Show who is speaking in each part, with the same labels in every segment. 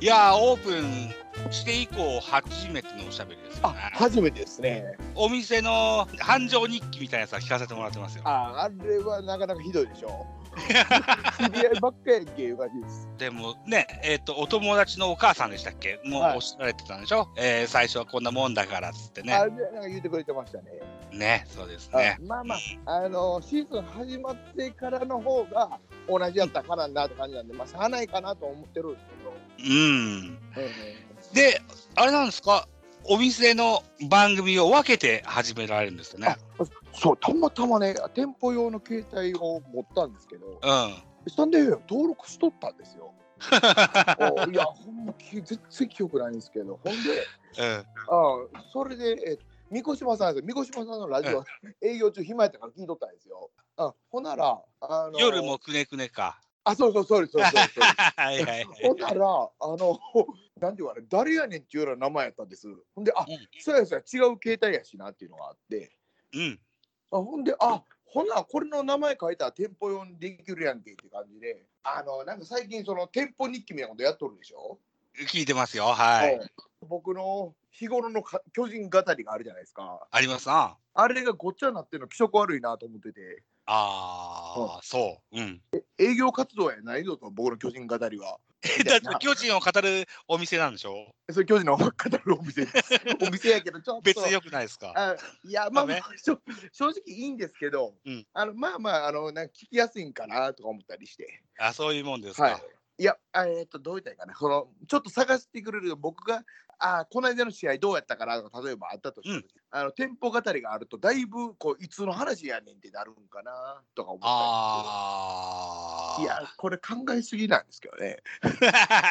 Speaker 1: いやー、オープンして以降、初めてのおしゃべりですよ
Speaker 2: あ
Speaker 1: ね。
Speaker 2: 初めてですね。
Speaker 1: お店の繁盛日記みたいなやつは聞かせてもらってますよ。
Speaker 2: ああれはなかなかひどいでし ょ。知り合いばっかやんけいう感じです。
Speaker 1: でもね、えっ、と、お友達のお母さんでしたっけもう
Speaker 2: はい
Speaker 1: おっしゃられてたんでしょ、えー最初はこんなもんだからっつってね
Speaker 2: あ。でなんか言ってくれてましたね。
Speaker 1: ね、そうです
Speaker 2: あ
Speaker 1: ね。
Speaker 2: まあまあ、あのシーズン始まってからの方が同じやったからなって感じなんで、まあ、しゃあないかなと思ってるんです
Speaker 1: うん。
Speaker 2: けど。
Speaker 1: で、あれなんですかお店の番組を分けて始められるんですよね。
Speaker 2: そうたまたまね店舗用の携帯を持ったんですけど
Speaker 1: うん。
Speaker 2: そんで登録しとったんですよ おいやほんまき全然記憶ないんですけどほんで
Speaker 1: うん、
Speaker 2: ああそれで、えっと三越島さんですよ三越島さんのラジオ営業中暇やったから聞いとったんですよあほならあの
Speaker 1: 夜もくねくねか。
Speaker 2: あそうそうそうですそうですそうです
Speaker 1: はいはい はい。
Speaker 2: ほんなら、あの、なんて言われ、誰やねんっていうような名前やったんです。ほんで、あ、
Speaker 1: う
Speaker 2: そうやそうや、違う携帯やしなっていうのがあって、
Speaker 1: ん。うん。
Speaker 2: あほんで、あ、ほな、これの名前書いたら店舗用にできるやんけって感じで、あの、なんか最近、その店舗日記みたいなことやっとるでしょ、
Speaker 1: 聞いてますよ。はい。
Speaker 2: うん僕の日頃のか巨人語りがあるじゃないですか。
Speaker 1: ありますな。
Speaker 2: あれがごっちゃになってるの気色悪いなと思ってて、
Speaker 1: ああ、そう。うん。
Speaker 2: 営業活動やないぞと、僕の巨人語りは。
Speaker 1: だって巨人を語るお店なんでしょ
Speaker 2: それ巨人の語るお店 です。お店やけど、ちょっと。
Speaker 1: 別に良くないですか
Speaker 2: あいや、まあ、ま
Speaker 1: ダ
Speaker 2: あ
Speaker 1: メ、
Speaker 2: しょ正直いいんですけど、
Speaker 1: うん
Speaker 2: あのまあまああのなんか聞きやすいんかなとか思ったりして、
Speaker 1: あそういうもんですか、
Speaker 2: はい、いやあえっとどう言ったらいいかなそのちょっと探してくれる僕があこの間の試合どうやったかなとか例えばあったとして、
Speaker 1: うん
Speaker 2: あのテンポ語りがあるとだいぶこういつの話やねんってなるんかなとか思った
Speaker 1: あ
Speaker 2: りし
Speaker 1: あ
Speaker 2: ていやこれ考えすぎなんですけどね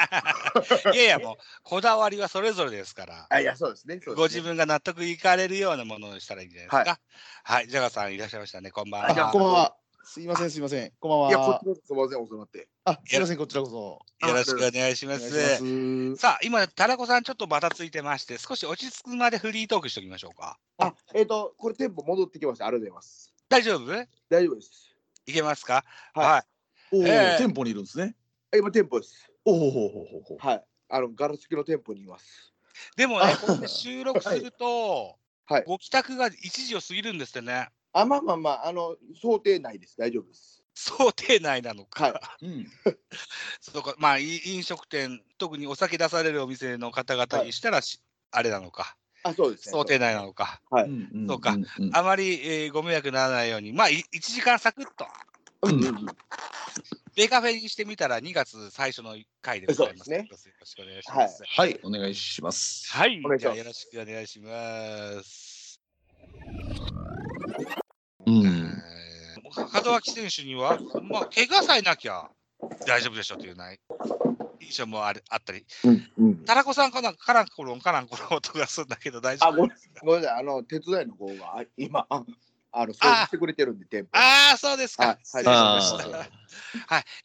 Speaker 1: いやいやもうこだわりはそれぞれですから
Speaker 2: あいやそうですねそう
Speaker 1: ご
Speaker 2: です
Speaker 1: 自
Speaker 2: ね
Speaker 1: 分が納得いかれるようなものにしたらいいんじゃないですかはい、ジャガさんいらっしゃいましたねこんばん
Speaker 2: あ
Speaker 1: は
Speaker 2: じゃあ
Speaker 3: こんばんは。すいません、すいません。こんばんは。
Speaker 2: いやこっちこそすみません遅くなって
Speaker 3: あ、すいません、こちらこそ。
Speaker 1: よろしくお願いし
Speaker 3: お
Speaker 1: ま
Speaker 3: 願い
Speaker 1: す
Speaker 3: します。
Speaker 1: さあ今たらこさんちょっとバタついてまして少し落ち着くまでフリートークしておきましょうか
Speaker 2: あえっ、とこれテンポ戻ってきましたありがとうございます
Speaker 1: 大丈夫
Speaker 2: 大丈夫です
Speaker 1: いけますか
Speaker 2: はい
Speaker 1: はい
Speaker 3: おお、
Speaker 1: ええ
Speaker 3: 店舗にいるんですね。
Speaker 2: あ今店舗です
Speaker 3: おお、ほうほうほうほう。
Speaker 2: はい。あの、ガラス付きの店舗にいます。
Speaker 1: でもね
Speaker 3: あ、
Speaker 1: これで収録すると、
Speaker 2: はいはい
Speaker 1: ご帰宅が1時を過ぎるんですってね、
Speaker 2: あ、まあまあまあ、あの、想定内です。大丈夫です。
Speaker 1: 想定内なのか、
Speaker 2: はい
Speaker 3: うん。
Speaker 1: そうかまあ、い飲食店、特にお酒出されるお店の方々にしたらし、あれなのか、
Speaker 2: あ、そうですね。
Speaker 1: 想定内なのか、
Speaker 2: はい
Speaker 3: んん
Speaker 1: そうか
Speaker 3: んん
Speaker 1: あまり、えーご迷惑にならないように、まあ、1時間サクッと、
Speaker 3: うん
Speaker 1: ベカフェにしてみたら2月最初の回でございます。
Speaker 2: そうですね
Speaker 1: よろしくお願いします。
Speaker 3: はい、お願いします。
Speaker 1: はい、
Speaker 2: お願い
Speaker 1: じ
Speaker 2: し
Speaker 1: ゃ
Speaker 2: ま
Speaker 1: あ
Speaker 2: す
Speaker 1: よろしくお願いします。
Speaker 3: うん。
Speaker 1: えー門脇選手には、まあ、怪我さえなきゃ大丈夫でしょうというない印象もあるあったり、
Speaker 2: うんうん。
Speaker 1: タラコさんかなんか、カランコロン、カランコロン音がするんだけど大丈
Speaker 2: あ、
Speaker 1: 夫
Speaker 2: ごめんごめんなさい。あの、手伝いの子が、あ今、ああの、掃除してくれてるんで、店舗。
Speaker 1: ああ、そうですか。失
Speaker 2: は
Speaker 1: 礼
Speaker 2: い
Speaker 1: しま
Speaker 3: あ
Speaker 1: し
Speaker 3: ー
Speaker 1: た。はい。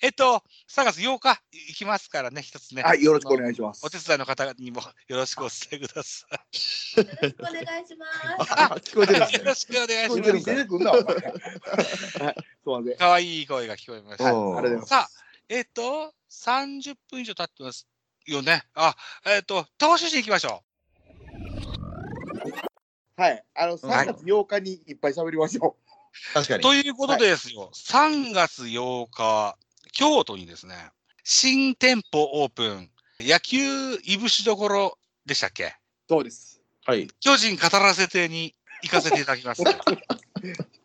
Speaker 1: えっと、3月8日、行きますからね、一つね。
Speaker 2: はい、よろしくお
Speaker 1: いし
Speaker 2: 願いします
Speaker 1: お。手伝いの方にもよろしくお伝えください。
Speaker 4: よろしくお願いします。
Speaker 3: あ、聞こえてるんです
Speaker 1: よ
Speaker 3: ね
Speaker 1: ろ。しくお願いし
Speaker 2: 出
Speaker 1: ま
Speaker 2: て
Speaker 1: す
Speaker 2: る。出てくんな、お 前はい。すいません。
Speaker 1: かわいい声が聞こえました。
Speaker 3: おー
Speaker 2: ありがとうございます
Speaker 1: さあ、えっと、30分以上経ってますよね。あ、えっと、投手陣行きましょ
Speaker 2: はい。あの、
Speaker 3: は
Speaker 2: 3
Speaker 3: い
Speaker 2: 月8日にいっぱい喋りましょ
Speaker 3: 確か
Speaker 1: う。
Speaker 3: に。
Speaker 1: ということでですよ、3月8日、京都にですね、新店舗オープン、野球いぶしどころでしたっけ
Speaker 2: う。そうです。
Speaker 3: はい。
Speaker 1: 巨人語らせてに行かせていただき ます。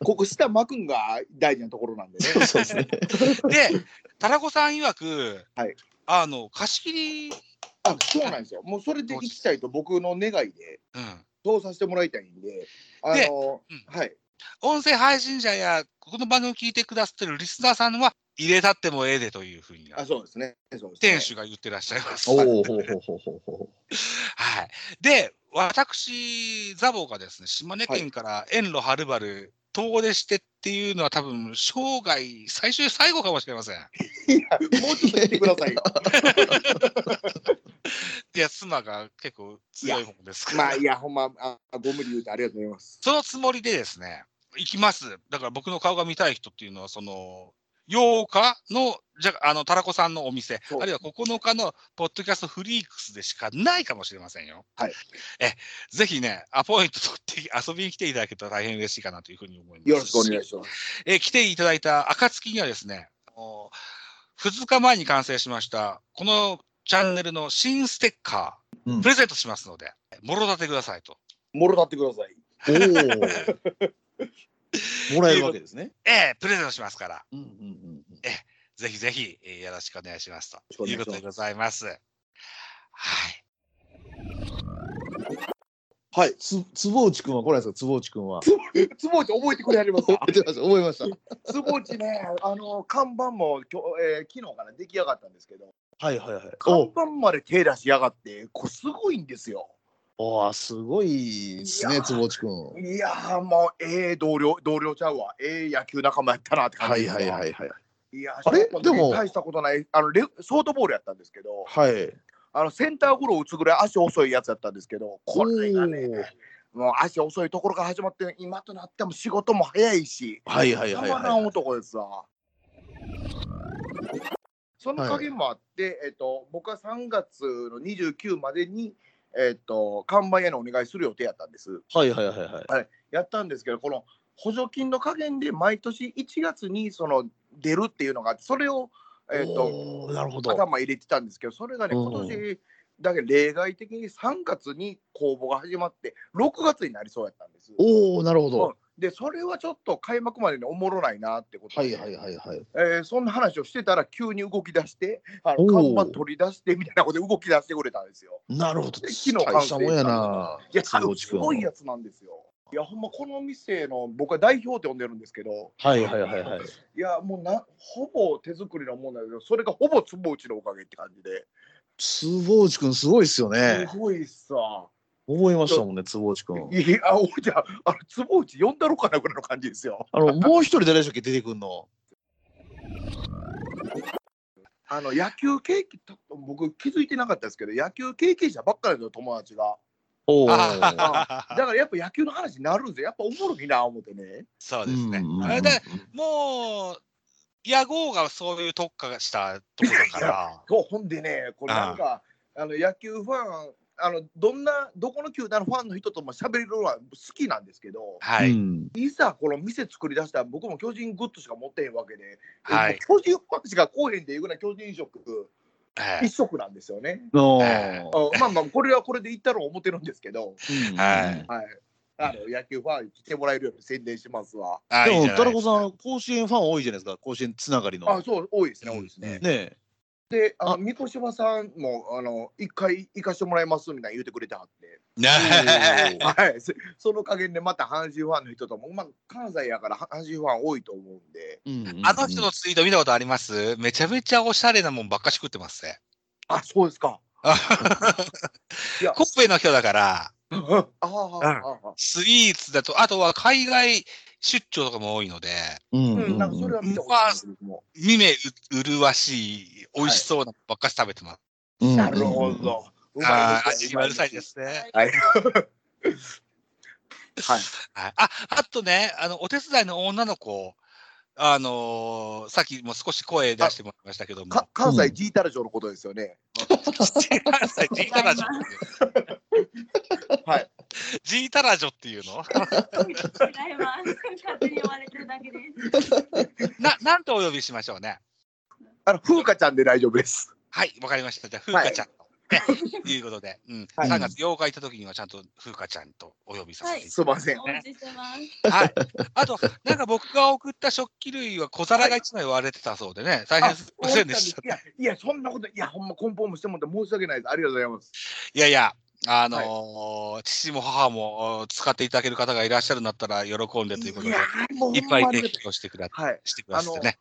Speaker 2: ここ、下巻くんが大事なところなんでね。
Speaker 3: そうですね。
Speaker 1: で、タラコさん曰く、
Speaker 2: はい
Speaker 1: あの、貸し切り、
Speaker 2: あ、そうなんですよ。もう、それで行きたいと、僕の願いで。
Speaker 1: うん、
Speaker 2: そうさせてもらいたいんで、あ
Speaker 1: で
Speaker 2: の、はい、
Speaker 1: 音声配信者や、この番組を聞いてくださってるリスナーさんは、入れたってもええでというふうに、
Speaker 2: あ、そうですね。そうですね
Speaker 1: 店主が言ってらっしゃいます。
Speaker 3: お
Speaker 1: はい。
Speaker 3: お、ほうほうほうほうほ
Speaker 1: で、私、ザボがですね、島根県から遠路はるばる遠出してっていうのは、多分生涯最終、最後かもしれません。
Speaker 2: いや、もうちょっと言ってくだ さいよ。
Speaker 1: いや、妻が結構強いもんですから。
Speaker 2: まあ、いや、ほんま、あ、ご無理言うてありがとうございます。
Speaker 1: そのつもりでですね、行きます。だから僕の顔が見たい人っていうのは、その、 8日の、じゃ、あの、たらこさんのお店、
Speaker 2: そう
Speaker 1: あるいは9日のポッドキャストフリークスでしかないかもしれませんよ。
Speaker 2: はい。
Speaker 1: え、ぜひね、アポイント取って遊びに来ていただけたら大変嬉しいかなというふうに思います。
Speaker 2: よろしくお願いします。
Speaker 1: えー来ていただいた暁にはですね、2日前に完成しました、このチャンネルの新ステッカ
Speaker 3: うん
Speaker 1: ー、プレゼントしますので、もろ立てくださいと。
Speaker 2: もろだってください。
Speaker 3: おお。もらえるわけですね。
Speaker 1: ええプレゼントしますから、
Speaker 3: うんうんうんうん。
Speaker 1: ぜひぜひ、えーよろしくお願いします
Speaker 2: よ
Speaker 1: と
Speaker 2: ろ
Speaker 1: い
Speaker 2: し
Speaker 1: う
Speaker 2: く
Speaker 1: こ
Speaker 2: お
Speaker 1: と
Speaker 2: 願いします
Speaker 1: でございます。はい。
Speaker 3: はい、つ、坪内くんは来ないですか、坪内くんは。
Speaker 2: 坪内覚えてくれはりますか
Speaker 3: 覚えてました、覚えました。
Speaker 2: 坪内ね、あの、看板も今日、えー昨日から出来上がったんですけど、
Speaker 3: はいはいはい。
Speaker 2: 看板まで手出しやがって、これすごいんですよ。
Speaker 3: お、おー、すごいです
Speaker 2: いや
Speaker 3: ね、
Speaker 2: ー
Speaker 3: 坪内くん。はい
Speaker 2: やー、もう、ええ同僚、同僚ちゃうわ。ええ野球仲間やったなって感じ
Speaker 3: い
Speaker 2: ですわ。
Speaker 3: はいはいはい。
Speaker 2: いや、
Speaker 3: あれ
Speaker 2: ちょっ
Speaker 3: で
Speaker 2: とね
Speaker 3: も
Speaker 2: 大したことない、あのレソフトボールやったんですけど、
Speaker 3: はい。
Speaker 2: あのセンターゴロ打つぐらい足遅いやつやったんですけど、これがね
Speaker 3: おー、
Speaker 2: もう足遅いところから始まって、今となっても仕事も早いし、
Speaker 3: はいはい
Speaker 2: た
Speaker 3: はい
Speaker 2: ま
Speaker 3: はい
Speaker 2: らん男ですわ。その加減もあって、えっと、僕は3月の29までに、えっと、看板屋にお願いする予定やったんです。
Speaker 3: はいはいはいはい。
Speaker 2: やったんですけど、この補助金の加減で毎年1月にその出るっていうのがあって、それを、えっと、
Speaker 3: おーなるほど。
Speaker 2: 頭入れてたんですけど、それがね、
Speaker 3: うん
Speaker 2: 今年だけ例外的に3月に公募が始まって、6月になりそうやったんです。
Speaker 3: おお、なるほど。
Speaker 2: で、それはちょっと開幕までにおもろないなってこと
Speaker 3: は
Speaker 2: で、
Speaker 3: いはいはいはい。
Speaker 2: えーそんな話をしてたら、急に動き出して、あ
Speaker 3: お
Speaker 2: の看
Speaker 3: ー
Speaker 2: 板取り出してみたいなことで動き出してくれたんですよ。
Speaker 3: なるほど。
Speaker 2: で昨日
Speaker 3: 大したもんやな。
Speaker 2: いや、
Speaker 3: 坪内
Speaker 2: す
Speaker 3: くん
Speaker 2: ごいやつなんですよ。いや、ほんま、この店の僕は代表って呼んでるんですけど、
Speaker 3: はいはいはいはい。
Speaker 2: いや、もうなほぼ手作りのもんなんだけど、それがほぼ坪内のおかげって感じで、
Speaker 3: 坪内くんすごいっすよね。
Speaker 2: すごいっすわ。
Speaker 3: 覚えましたもんね、坪内くん。
Speaker 2: いや、あおいじゃあ、の坪内呼んだろかなぐらいの感じですよ。
Speaker 3: あの、もう一人誰でしたっけ、出てくんの。
Speaker 2: あの野球経験、た僕気づいてなかったですけど、野球経験者ばっかりの友達が。
Speaker 3: おお。
Speaker 1: あ
Speaker 2: だからやっぱ野球の話になるんですよ。やっぱおもろいな、思ってね。
Speaker 1: そう
Speaker 3: う
Speaker 1: です
Speaker 3: ん
Speaker 1: ね。
Speaker 3: うんうん
Speaker 1: あれでもう、野号がそういう特化したとこだ から、
Speaker 2: そうほんでね、これなんか、あの野球ファン、あのどんな、どこの球団のファンの人とも喋るのは好きなんですけど、
Speaker 1: は
Speaker 3: う
Speaker 1: い。
Speaker 3: ん
Speaker 2: いざこの店作り出したら、僕も巨人グッズしか持ってへんわけで、
Speaker 1: はい。
Speaker 2: もう巨人ファンしか来おへんでいうぐらい巨人色、
Speaker 1: はい
Speaker 2: 一色なんですよね。
Speaker 3: お
Speaker 1: え
Speaker 3: ー
Speaker 2: あまあまあ、これはこれでいったろう思ってるんですけど、
Speaker 3: うん
Speaker 1: はい
Speaker 2: はい。あの野球ファンに来てもらえるように宣伝しますわ。
Speaker 1: あいい
Speaker 3: で
Speaker 1: じ
Speaker 3: も、
Speaker 1: ゃ
Speaker 3: た
Speaker 1: な
Speaker 3: ら
Speaker 1: い
Speaker 3: こさん、甲子園ファン多いじゃないですか、甲子園つながりの。
Speaker 2: あ、そう、多いですね、
Speaker 1: うん
Speaker 2: 多いですね。
Speaker 3: ね
Speaker 2: で、あの
Speaker 3: あ
Speaker 2: 三越島さんも、あの、一回行かしてもらいますみたいな言ってくれてはって。
Speaker 1: ね
Speaker 2: はい、そその加減でまた阪神ファンの人とも、まあ、関西やから阪神ファン多いと思うんで。
Speaker 3: え。うんうんうん
Speaker 1: あの人のツイート見たことありますめちゃめちゃおしゃれなもんばっかし食ってますね。
Speaker 2: あ、そうですか。いや、
Speaker 1: 神戸の人だから、
Speaker 2: ああ、ああ、
Speaker 1: スイーツだと、あとは海外出張とかも多いので、
Speaker 3: うん
Speaker 2: うん、なんかそれは見たことある。も
Speaker 1: 見目麗しい、美味しそうなのばっかし食べてます。
Speaker 3: うん
Speaker 2: なるほど。うま
Speaker 1: ああ、
Speaker 2: いですね
Speaker 1: 味にはうるさいで。すね。
Speaker 2: はい。はい。
Speaker 1: はい、ああとねあの、お手伝いの女の子、あのーさっきも少し声出してもらいましたけども、
Speaker 2: か関西ジータラ城のことですよね。
Speaker 1: 関西ジータラジョって
Speaker 2: はい。
Speaker 1: ジータラジョっていうの
Speaker 4: 違います。勝手に呼ばれてるだけです。
Speaker 1: ななんとお呼びしましょうね。
Speaker 2: あの風花ちゃんで大丈夫です。
Speaker 1: はい、わかりました。じゃあ、風花ちゃんと。ねいうことで、うん、
Speaker 2: はい
Speaker 1: 3月8日行った時にはちゃんと風花ちゃんとお呼びさせてい
Speaker 2: すいません。
Speaker 4: お待ちしてます。
Speaker 1: ただいて、はい、あと、なんか僕が送った食器類は小皿が1枚割れてたそうでね、大変すいませんでした。
Speaker 2: いやいやそんなこといやほんま梱包もしてもらって申し訳ないです。ありがとうございます。
Speaker 1: いやいや、あのー父も母もお使っていただける方がいらっしゃるんだったら喜んでということで、
Speaker 2: もう
Speaker 1: いっぱい
Speaker 2: ほんまに
Speaker 1: 提供してくだ
Speaker 2: はい。
Speaker 1: してくださってね。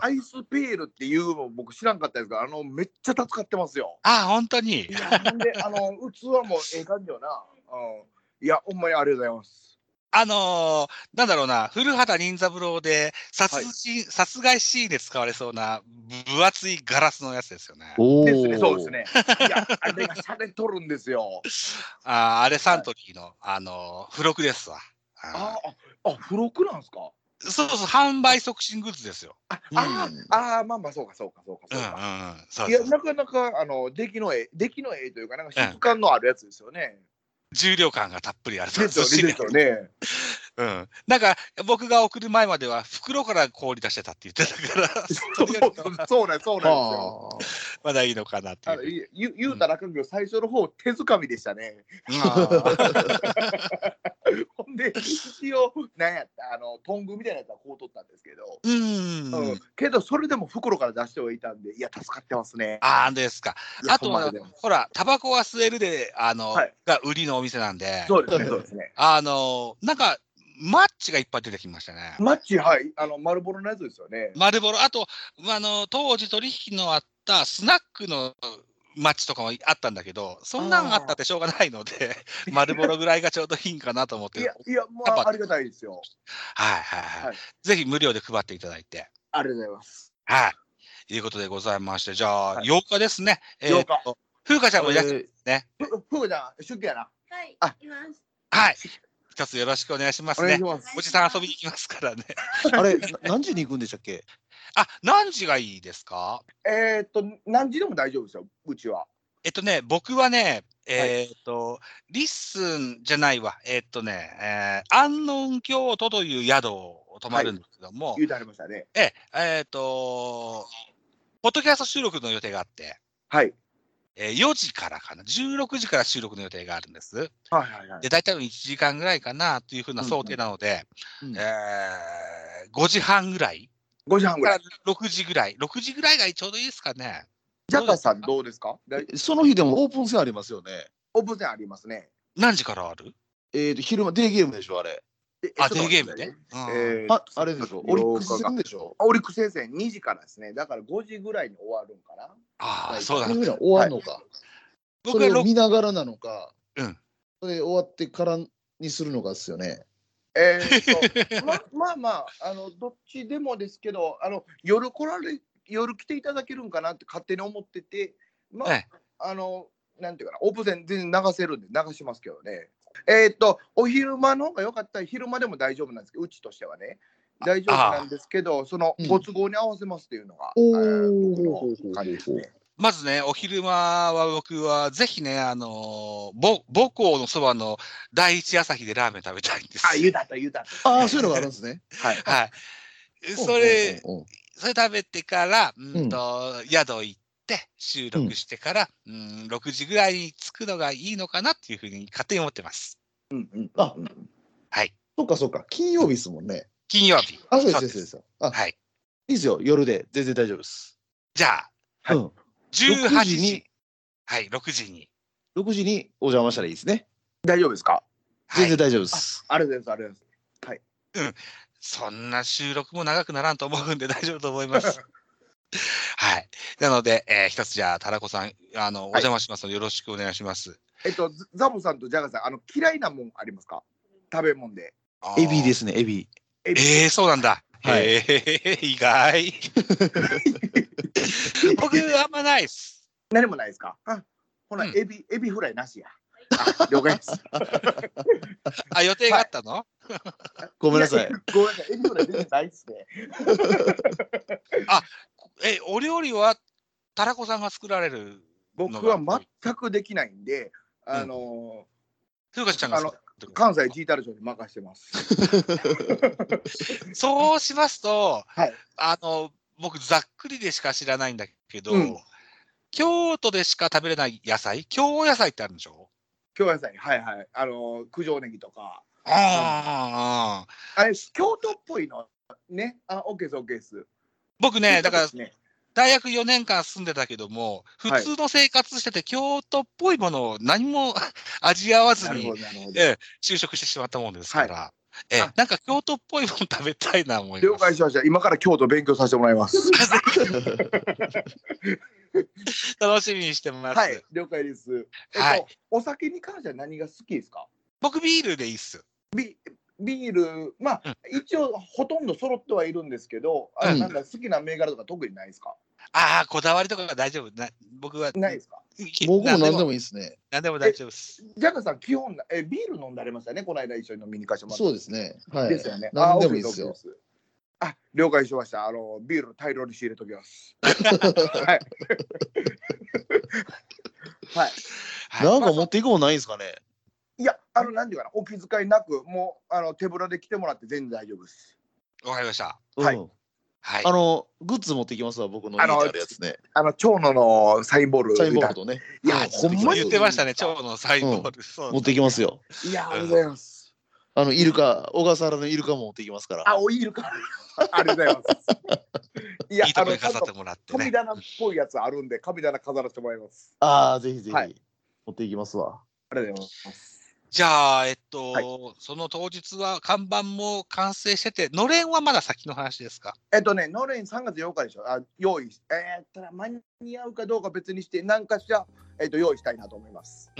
Speaker 2: アイスペールっていうの僕知らんかったですが、あのめっちゃ助かってますよ。
Speaker 1: ああ、本当に
Speaker 2: い。やほんであの 器もええ感じよな。うん。いやほんまにありがとうございます。
Speaker 1: あのーなんだろうな、古畑任三郎で殺
Speaker 2: はい
Speaker 1: 人、殺害シーンで使われそうな分厚いガラスのやつですよね。
Speaker 3: おお。
Speaker 2: ですねそうです。ね。いやあれが洒落とるんですよ。
Speaker 1: あーあれサントリーの、あのー付録ですわ。あー
Speaker 2: あああ付録なんですか。
Speaker 1: そうそう、販売促進グッズですよ。
Speaker 2: あ、
Speaker 3: うん
Speaker 2: あーあー、まあまあ、そうか、そうか、そう
Speaker 1: う
Speaker 2: か、
Speaker 1: ん
Speaker 2: そう
Speaker 1: うんう
Speaker 2: か。
Speaker 1: ん。そう
Speaker 2: い
Speaker 1: そ
Speaker 2: や、
Speaker 1: うそう
Speaker 2: なかなか、あの、出来のええ、出来のええというか、なんか質感のあるやつですよね。
Speaker 1: 重量感がたっぷり ある
Speaker 2: で すよね、ですよね。
Speaker 1: うん。なんか、僕が送る前までは、袋から氷出してたって言ってた から、
Speaker 2: そうそうそうなんそうなんですよ。
Speaker 3: あ
Speaker 1: まだいいのかなっていう
Speaker 2: あの。いゆゆうたらかんよ最初の方手づかみでしたね。ほんで一応なんやったあのトングみたいなやつはこう取ったんですけど、
Speaker 1: うん。
Speaker 2: うん
Speaker 1: うん
Speaker 2: けどそれでも袋から出してはいたんでいや助かってますね。
Speaker 1: ああ、ですか。
Speaker 2: いや
Speaker 1: あと
Speaker 2: ほんま
Speaker 1: は
Speaker 2: でね、
Speaker 1: ほら、タバコは吸えるで、あの、
Speaker 2: はい
Speaker 1: が売りのお店なんで、
Speaker 2: そうですねそうですね。
Speaker 1: あの、なんか、マッチがいっぱい出てきましたね。
Speaker 2: マッチはいあの丸ボロのやつですよね。
Speaker 1: 丸ボロ、あと、あの、当時取引のあったスナックのマッチとかもあったんだけど、そんなんあったってしょうがないので、丸ボロぐらいがちょうどいいんかなと思っ
Speaker 2: い
Speaker 1: て、
Speaker 2: やいやもう
Speaker 1: やっぱ
Speaker 2: あありがたいですよ。
Speaker 1: はいはいはい。
Speaker 2: はい
Speaker 1: ぜひ無料で配っていただいて。
Speaker 2: ありがとうございます。
Speaker 1: はい。いうことでございまして、じゃあ、
Speaker 2: はい
Speaker 1: 8日ですね。えーと風花ちゃんもいらっしゃ
Speaker 3: ー
Speaker 2: ふふうちゃん出勤やな。
Speaker 4: はい
Speaker 2: あ、
Speaker 4: います。
Speaker 1: はい。一つよろしくお願いします
Speaker 2: お願
Speaker 1: ね
Speaker 2: いし。ます。
Speaker 1: おじさん遊びに行きますからね。
Speaker 3: あれ、な 何時に行くんでしたっけ
Speaker 1: あ、何時がいいですか
Speaker 2: えーっと何時でも大丈夫ですようちは。
Speaker 1: えっとね、僕はね、えーっと、リッスンじゃないわ。えーっとね、えー、安穏京都という宿を泊まるんですけども、
Speaker 2: 言うてありましたね。
Speaker 1: えええーっと、ポッドキャスト収録の予定があって、
Speaker 2: はい
Speaker 1: えー4時からかな、16時から収録の予定があるんです。
Speaker 2: はいはいはい
Speaker 1: で、。大体1時間ぐらいかなというふうな想定なので、
Speaker 3: うん
Speaker 1: えー5時半ぐらい
Speaker 2: 5時半ぐ
Speaker 1: からら
Speaker 2: い。
Speaker 1: 6時ぐらい、6時ぐらいがちょうどいいですかね。
Speaker 2: ジャカさんどうですか？だい
Speaker 3: その日でもオープン戦ありますよね。
Speaker 2: オープン戦ありますね。
Speaker 1: 何時からある
Speaker 3: えーと、昼間、デーゲームでしょ、あれ。
Speaker 2: え
Speaker 1: あ、
Speaker 2: ち
Speaker 1: デ
Speaker 2: ょ
Speaker 1: ー
Speaker 2: っと
Speaker 1: ゲ
Speaker 2: 待っ
Speaker 1: ームね
Speaker 2: てね。
Speaker 1: うん
Speaker 2: えー
Speaker 3: あ、あれでしょ。オリックス戦でしょ。
Speaker 2: オリックス戦線2時からですね。だから5時ぐらいに終わるんかな。
Speaker 1: ああ、そうだ
Speaker 3: それ
Speaker 1: な。
Speaker 3: ぐらい終わるのか。そ
Speaker 1: 僕は
Speaker 3: れを
Speaker 1: ろく
Speaker 3: 見ながらなのか、
Speaker 1: うん
Speaker 3: それ終わってからにするのかですよね。
Speaker 2: えー、 とままあまああのどっちでもですけどあの夜来られ夜来ていただけるんかなって勝手に思っててまあ、
Speaker 1: え
Speaker 2: あのなんていうかなオープン戦全然流せるんで流しますけどね。えっ、とお昼間の方が良かったら昼間でも大丈夫なんですけどうちとしてはね大丈夫なんですけどその
Speaker 3: うん
Speaker 2: ご都合に合わせますっていうのが、
Speaker 3: おー
Speaker 2: えー僕の感じですね。
Speaker 1: まずね、お昼間は僕はぜひね、あのーぼ母校のそばの第一朝日でラーメン食べたいんです
Speaker 2: あ
Speaker 1: よ。
Speaker 2: 言うたった言うたった。
Speaker 3: ああ、そういうのがあるん ですね。
Speaker 2: はい。
Speaker 1: はい。それ、
Speaker 3: うんうん
Speaker 1: それ食べてから、うんと、宿行って、収録してから、うん、6時ぐらいに着くのがいいのかなっていうふうに勝手に思ってます。
Speaker 2: うんうん
Speaker 3: あ
Speaker 1: はい。
Speaker 3: そうか、そうか。金曜日ですもんね。
Speaker 1: 金曜日。
Speaker 3: あ、そうです、そうです。あ、い
Speaker 1: はい。
Speaker 3: いですよ。夜で全然大丈夫です。
Speaker 1: じゃあ、
Speaker 2: はい
Speaker 3: うん
Speaker 1: 18時
Speaker 3: 時に
Speaker 1: はい、6時に。
Speaker 3: 6時にお邪魔したらいいですね。
Speaker 2: 大丈夫ですか
Speaker 1: は
Speaker 3: 全
Speaker 1: い
Speaker 3: 然、大丈夫です。
Speaker 2: ありがとうございます。ありがとうございます。
Speaker 1: そんな収録も長くならんと思うんで大丈夫と思います。 はい。なので、えー一つじゃあ、タラコさん、あの、お邪魔しますので、よろしくお願いします。
Speaker 2: えっと、ザザボさんとジャガさん、あの嫌いなもんありますか食べ物で。
Speaker 1: あー
Speaker 3: エビで。すね、エビ。
Speaker 2: エビ
Speaker 1: ええー、そうなんだ。は
Speaker 3: はいい、
Speaker 1: 意 外。僕、あんまないっす。
Speaker 2: 何もないですかあほな、
Speaker 1: うん
Speaker 2: エビ、エビフライなしや。あ了解です。
Speaker 1: あ、予定があったの、
Speaker 3: ごめんなさい。
Speaker 2: ごめんなさい、エビフライ全然ないっすね。
Speaker 1: え、お料理は、タラコさんが作られる
Speaker 2: 僕は全くできないんで、あの
Speaker 1: 風花ちゃんが作
Speaker 2: ー
Speaker 1: る
Speaker 2: 関西ジータル賞に任してます。
Speaker 1: そうしますと、
Speaker 2: はい
Speaker 1: あの僕ざっくりでしか知らないんだけど、
Speaker 2: うん
Speaker 1: 京都でしか食べれない野菜京野菜ってあるんでしょ
Speaker 2: 京野菜、はいはい。あのー九条ネギとか。
Speaker 1: ああ、
Speaker 2: あれ、京都っぽいの。ね。あ、オッケーです、オッケーです。
Speaker 1: 僕ねだから
Speaker 2: そうですね
Speaker 1: 大学4年間住んでたけども
Speaker 2: は
Speaker 1: 普
Speaker 2: い
Speaker 1: 通の生活してて京都っぽいものを何も 味わわず
Speaker 2: なる
Speaker 1: に
Speaker 2: ほど、なるほど。
Speaker 1: ええ就職してしまったもんですから、ええ
Speaker 2: あ
Speaker 1: なんか京都っぽいもの食べたいな思い
Speaker 2: 了
Speaker 1: ま
Speaker 2: 解
Speaker 1: す
Speaker 2: しました。今から京都勉強させてもらいます。
Speaker 1: 楽しみにしてます、
Speaker 2: はい、了解です。えっと、
Speaker 1: はい
Speaker 2: お酒に関しては何が好きですか
Speaker 1: 僕ビールでいいっす
Speaker 2: ビール、まあ、一応ほとんど揃ってはいるんですけど、あ
Speaker 3: うん
Speaker 2: なんか好きな銘柄とか特にないですか
Speaker 1: ああこだわりとかが大丈夫な僕は
Speaker 2: ないですか
Speaker 3: 僕も何で
Speaker 1: も
Speaker 3: もいいですね。
Speaker 1: 何でも大丈夫です。
Speaker 2: ジャカさん、基本なえ、ビール飲んだれましたね、この間一緒に飲みに行かせてもらった。
Speaker 3: そうですね。はい
Speaker 2: ですよね。。
Speaker 3: 何でもいいです
Speaker 2: あ
Speaker 3: よ
Speaker 2: オッ。ケーオッケーあ、了解しました。あの、ビール大量に仕入れとき ます。はい。はい。
Speaker 1: はい
Speaker 3: なんか持っていくもんないんですかね。
Speaker 2: いや、あの、なんていうかな、お気遣いなく、もう、あの、手ぶらで来てもらって全然大丈夫です。
Speaker 1: わかりました。
Speaker 2: はい
Speaker 3: うん
Speaker 1: はい。
Speaker 3: あの、グッズ持ってきますわ、僕の家にあるやつね。
Speaker 2: あの、蝶野のサインボール。
Speaker 3: サインボールとね。
Speaker 2: いや、
Speaker 3: うん
Speaker 2: ほんまに
Speaker 1: 言ってましたね、蝶のサインボール。そう
Speaker 3: 持ってきますよ。
Speaker 2: いや、ありがとうございます。
Speaker 3: あの、イルカ、小笠原のイルカも持ってきますから。
Speaker 2: あ、おいるか。 ありがとうございます。いや
Speaker 1: いい、と
Speaker 2: あ
Speaker 1: こ
Speaker 2: の、
Speaker 1: に
Speaker 2: ちゃん
Speaker 1: 飾って
Speaker 2: と
Speaker 1: もらって
Speaker 2: 神
Speaker 1: ね。
Speaker 2: 棚っぽいやつあるんで、神棚飾らせてもらいます。
Speaker 3: ああ、ぜひぜひ、
Speaker 2: はい
Speaker 3: 持っていきますわ。
Speaker 2: ありがとうございます。
Speaker 1: じゃあ、えっと、
Speaker 2: はい
Speaker 1: その当日は看板も完成してて、のれんはまだ先の話ですか
Speaker 2: えっとね、ノレン3月8日でしょ。あ、用意し、えー、ったら間に合うかどうか別にして、何かしら、えっと、用意したいなと思います。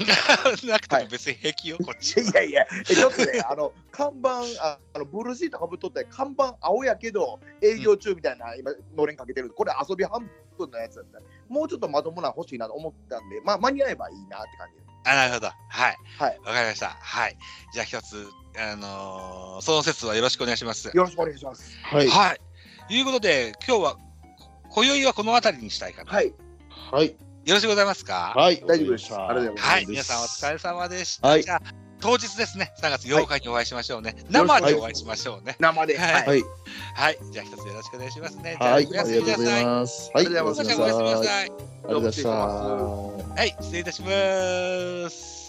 Speaker 1: なくても別に平気よ、こっち。
Speaker 2: いやいや、えちょっとね、あ の看板あ、あのブルーシートかぶっとって、看板青やけど、営業中みたいな、今、のれんかけてる、これ遊び半分のやつだったもうちょっとまともなの欲しいなと思ったんで、まあ、間に合えばいいなって感じです。
Speaker 1: あ、なるほど。はい。
Speaker 2: はい
Speaker 1: わかりました。はい。じゃあ、一つ、あのーその説はよろしくお願いします。
Speaker 2: よろしくお願いします。
Speaker 3: はい。
Speaker 1: はい。ということで、今日は、こ今宵はこの辺りにしたいかな。
Speaker 2: はい、
Speaker 3: はい。
Speaker 1: よろしゅうございますか
Speaker 3: はい。
Speaker 2: 大丈夫です。ありがとうございます。
Speaker 1: はい、皆さんお疲れ様でした。
Speaker 3: はい
Speaker 1: じゃあ当日ですね、3月8日にお会いしましょうね。生でお会いしましょうね。
Speaker 2: 生で、
Speaker 1: はい
Speaker 3: はい。
Speaker 1: はい、じゃあ一つよろしくお願いしますね。
Speaker 3: は
Speaker 1: じ
Speaker 3: い。
Speaker 1: ゃあ
Speaker 3: あ
Speaker 1: お
Speaker 3: り
Speaker 1: や
Speaker 3: がと
Speaker 1: す
Speaker 3: う
Speaker 1: みな
Speaker 3: ご
Speaker 1: さい。はい、
Speaker 2: ありがとうご
Speaker 3: ざいます。はい。
Speaker 2: ざいます
Speaker 1: おやすみなさい。
Speaker 3: ありが
Speaker 2: ど
Speaker 3: とうございました
Speaker 2: うも失礼します
Speaker 1: はい、失礼いたします。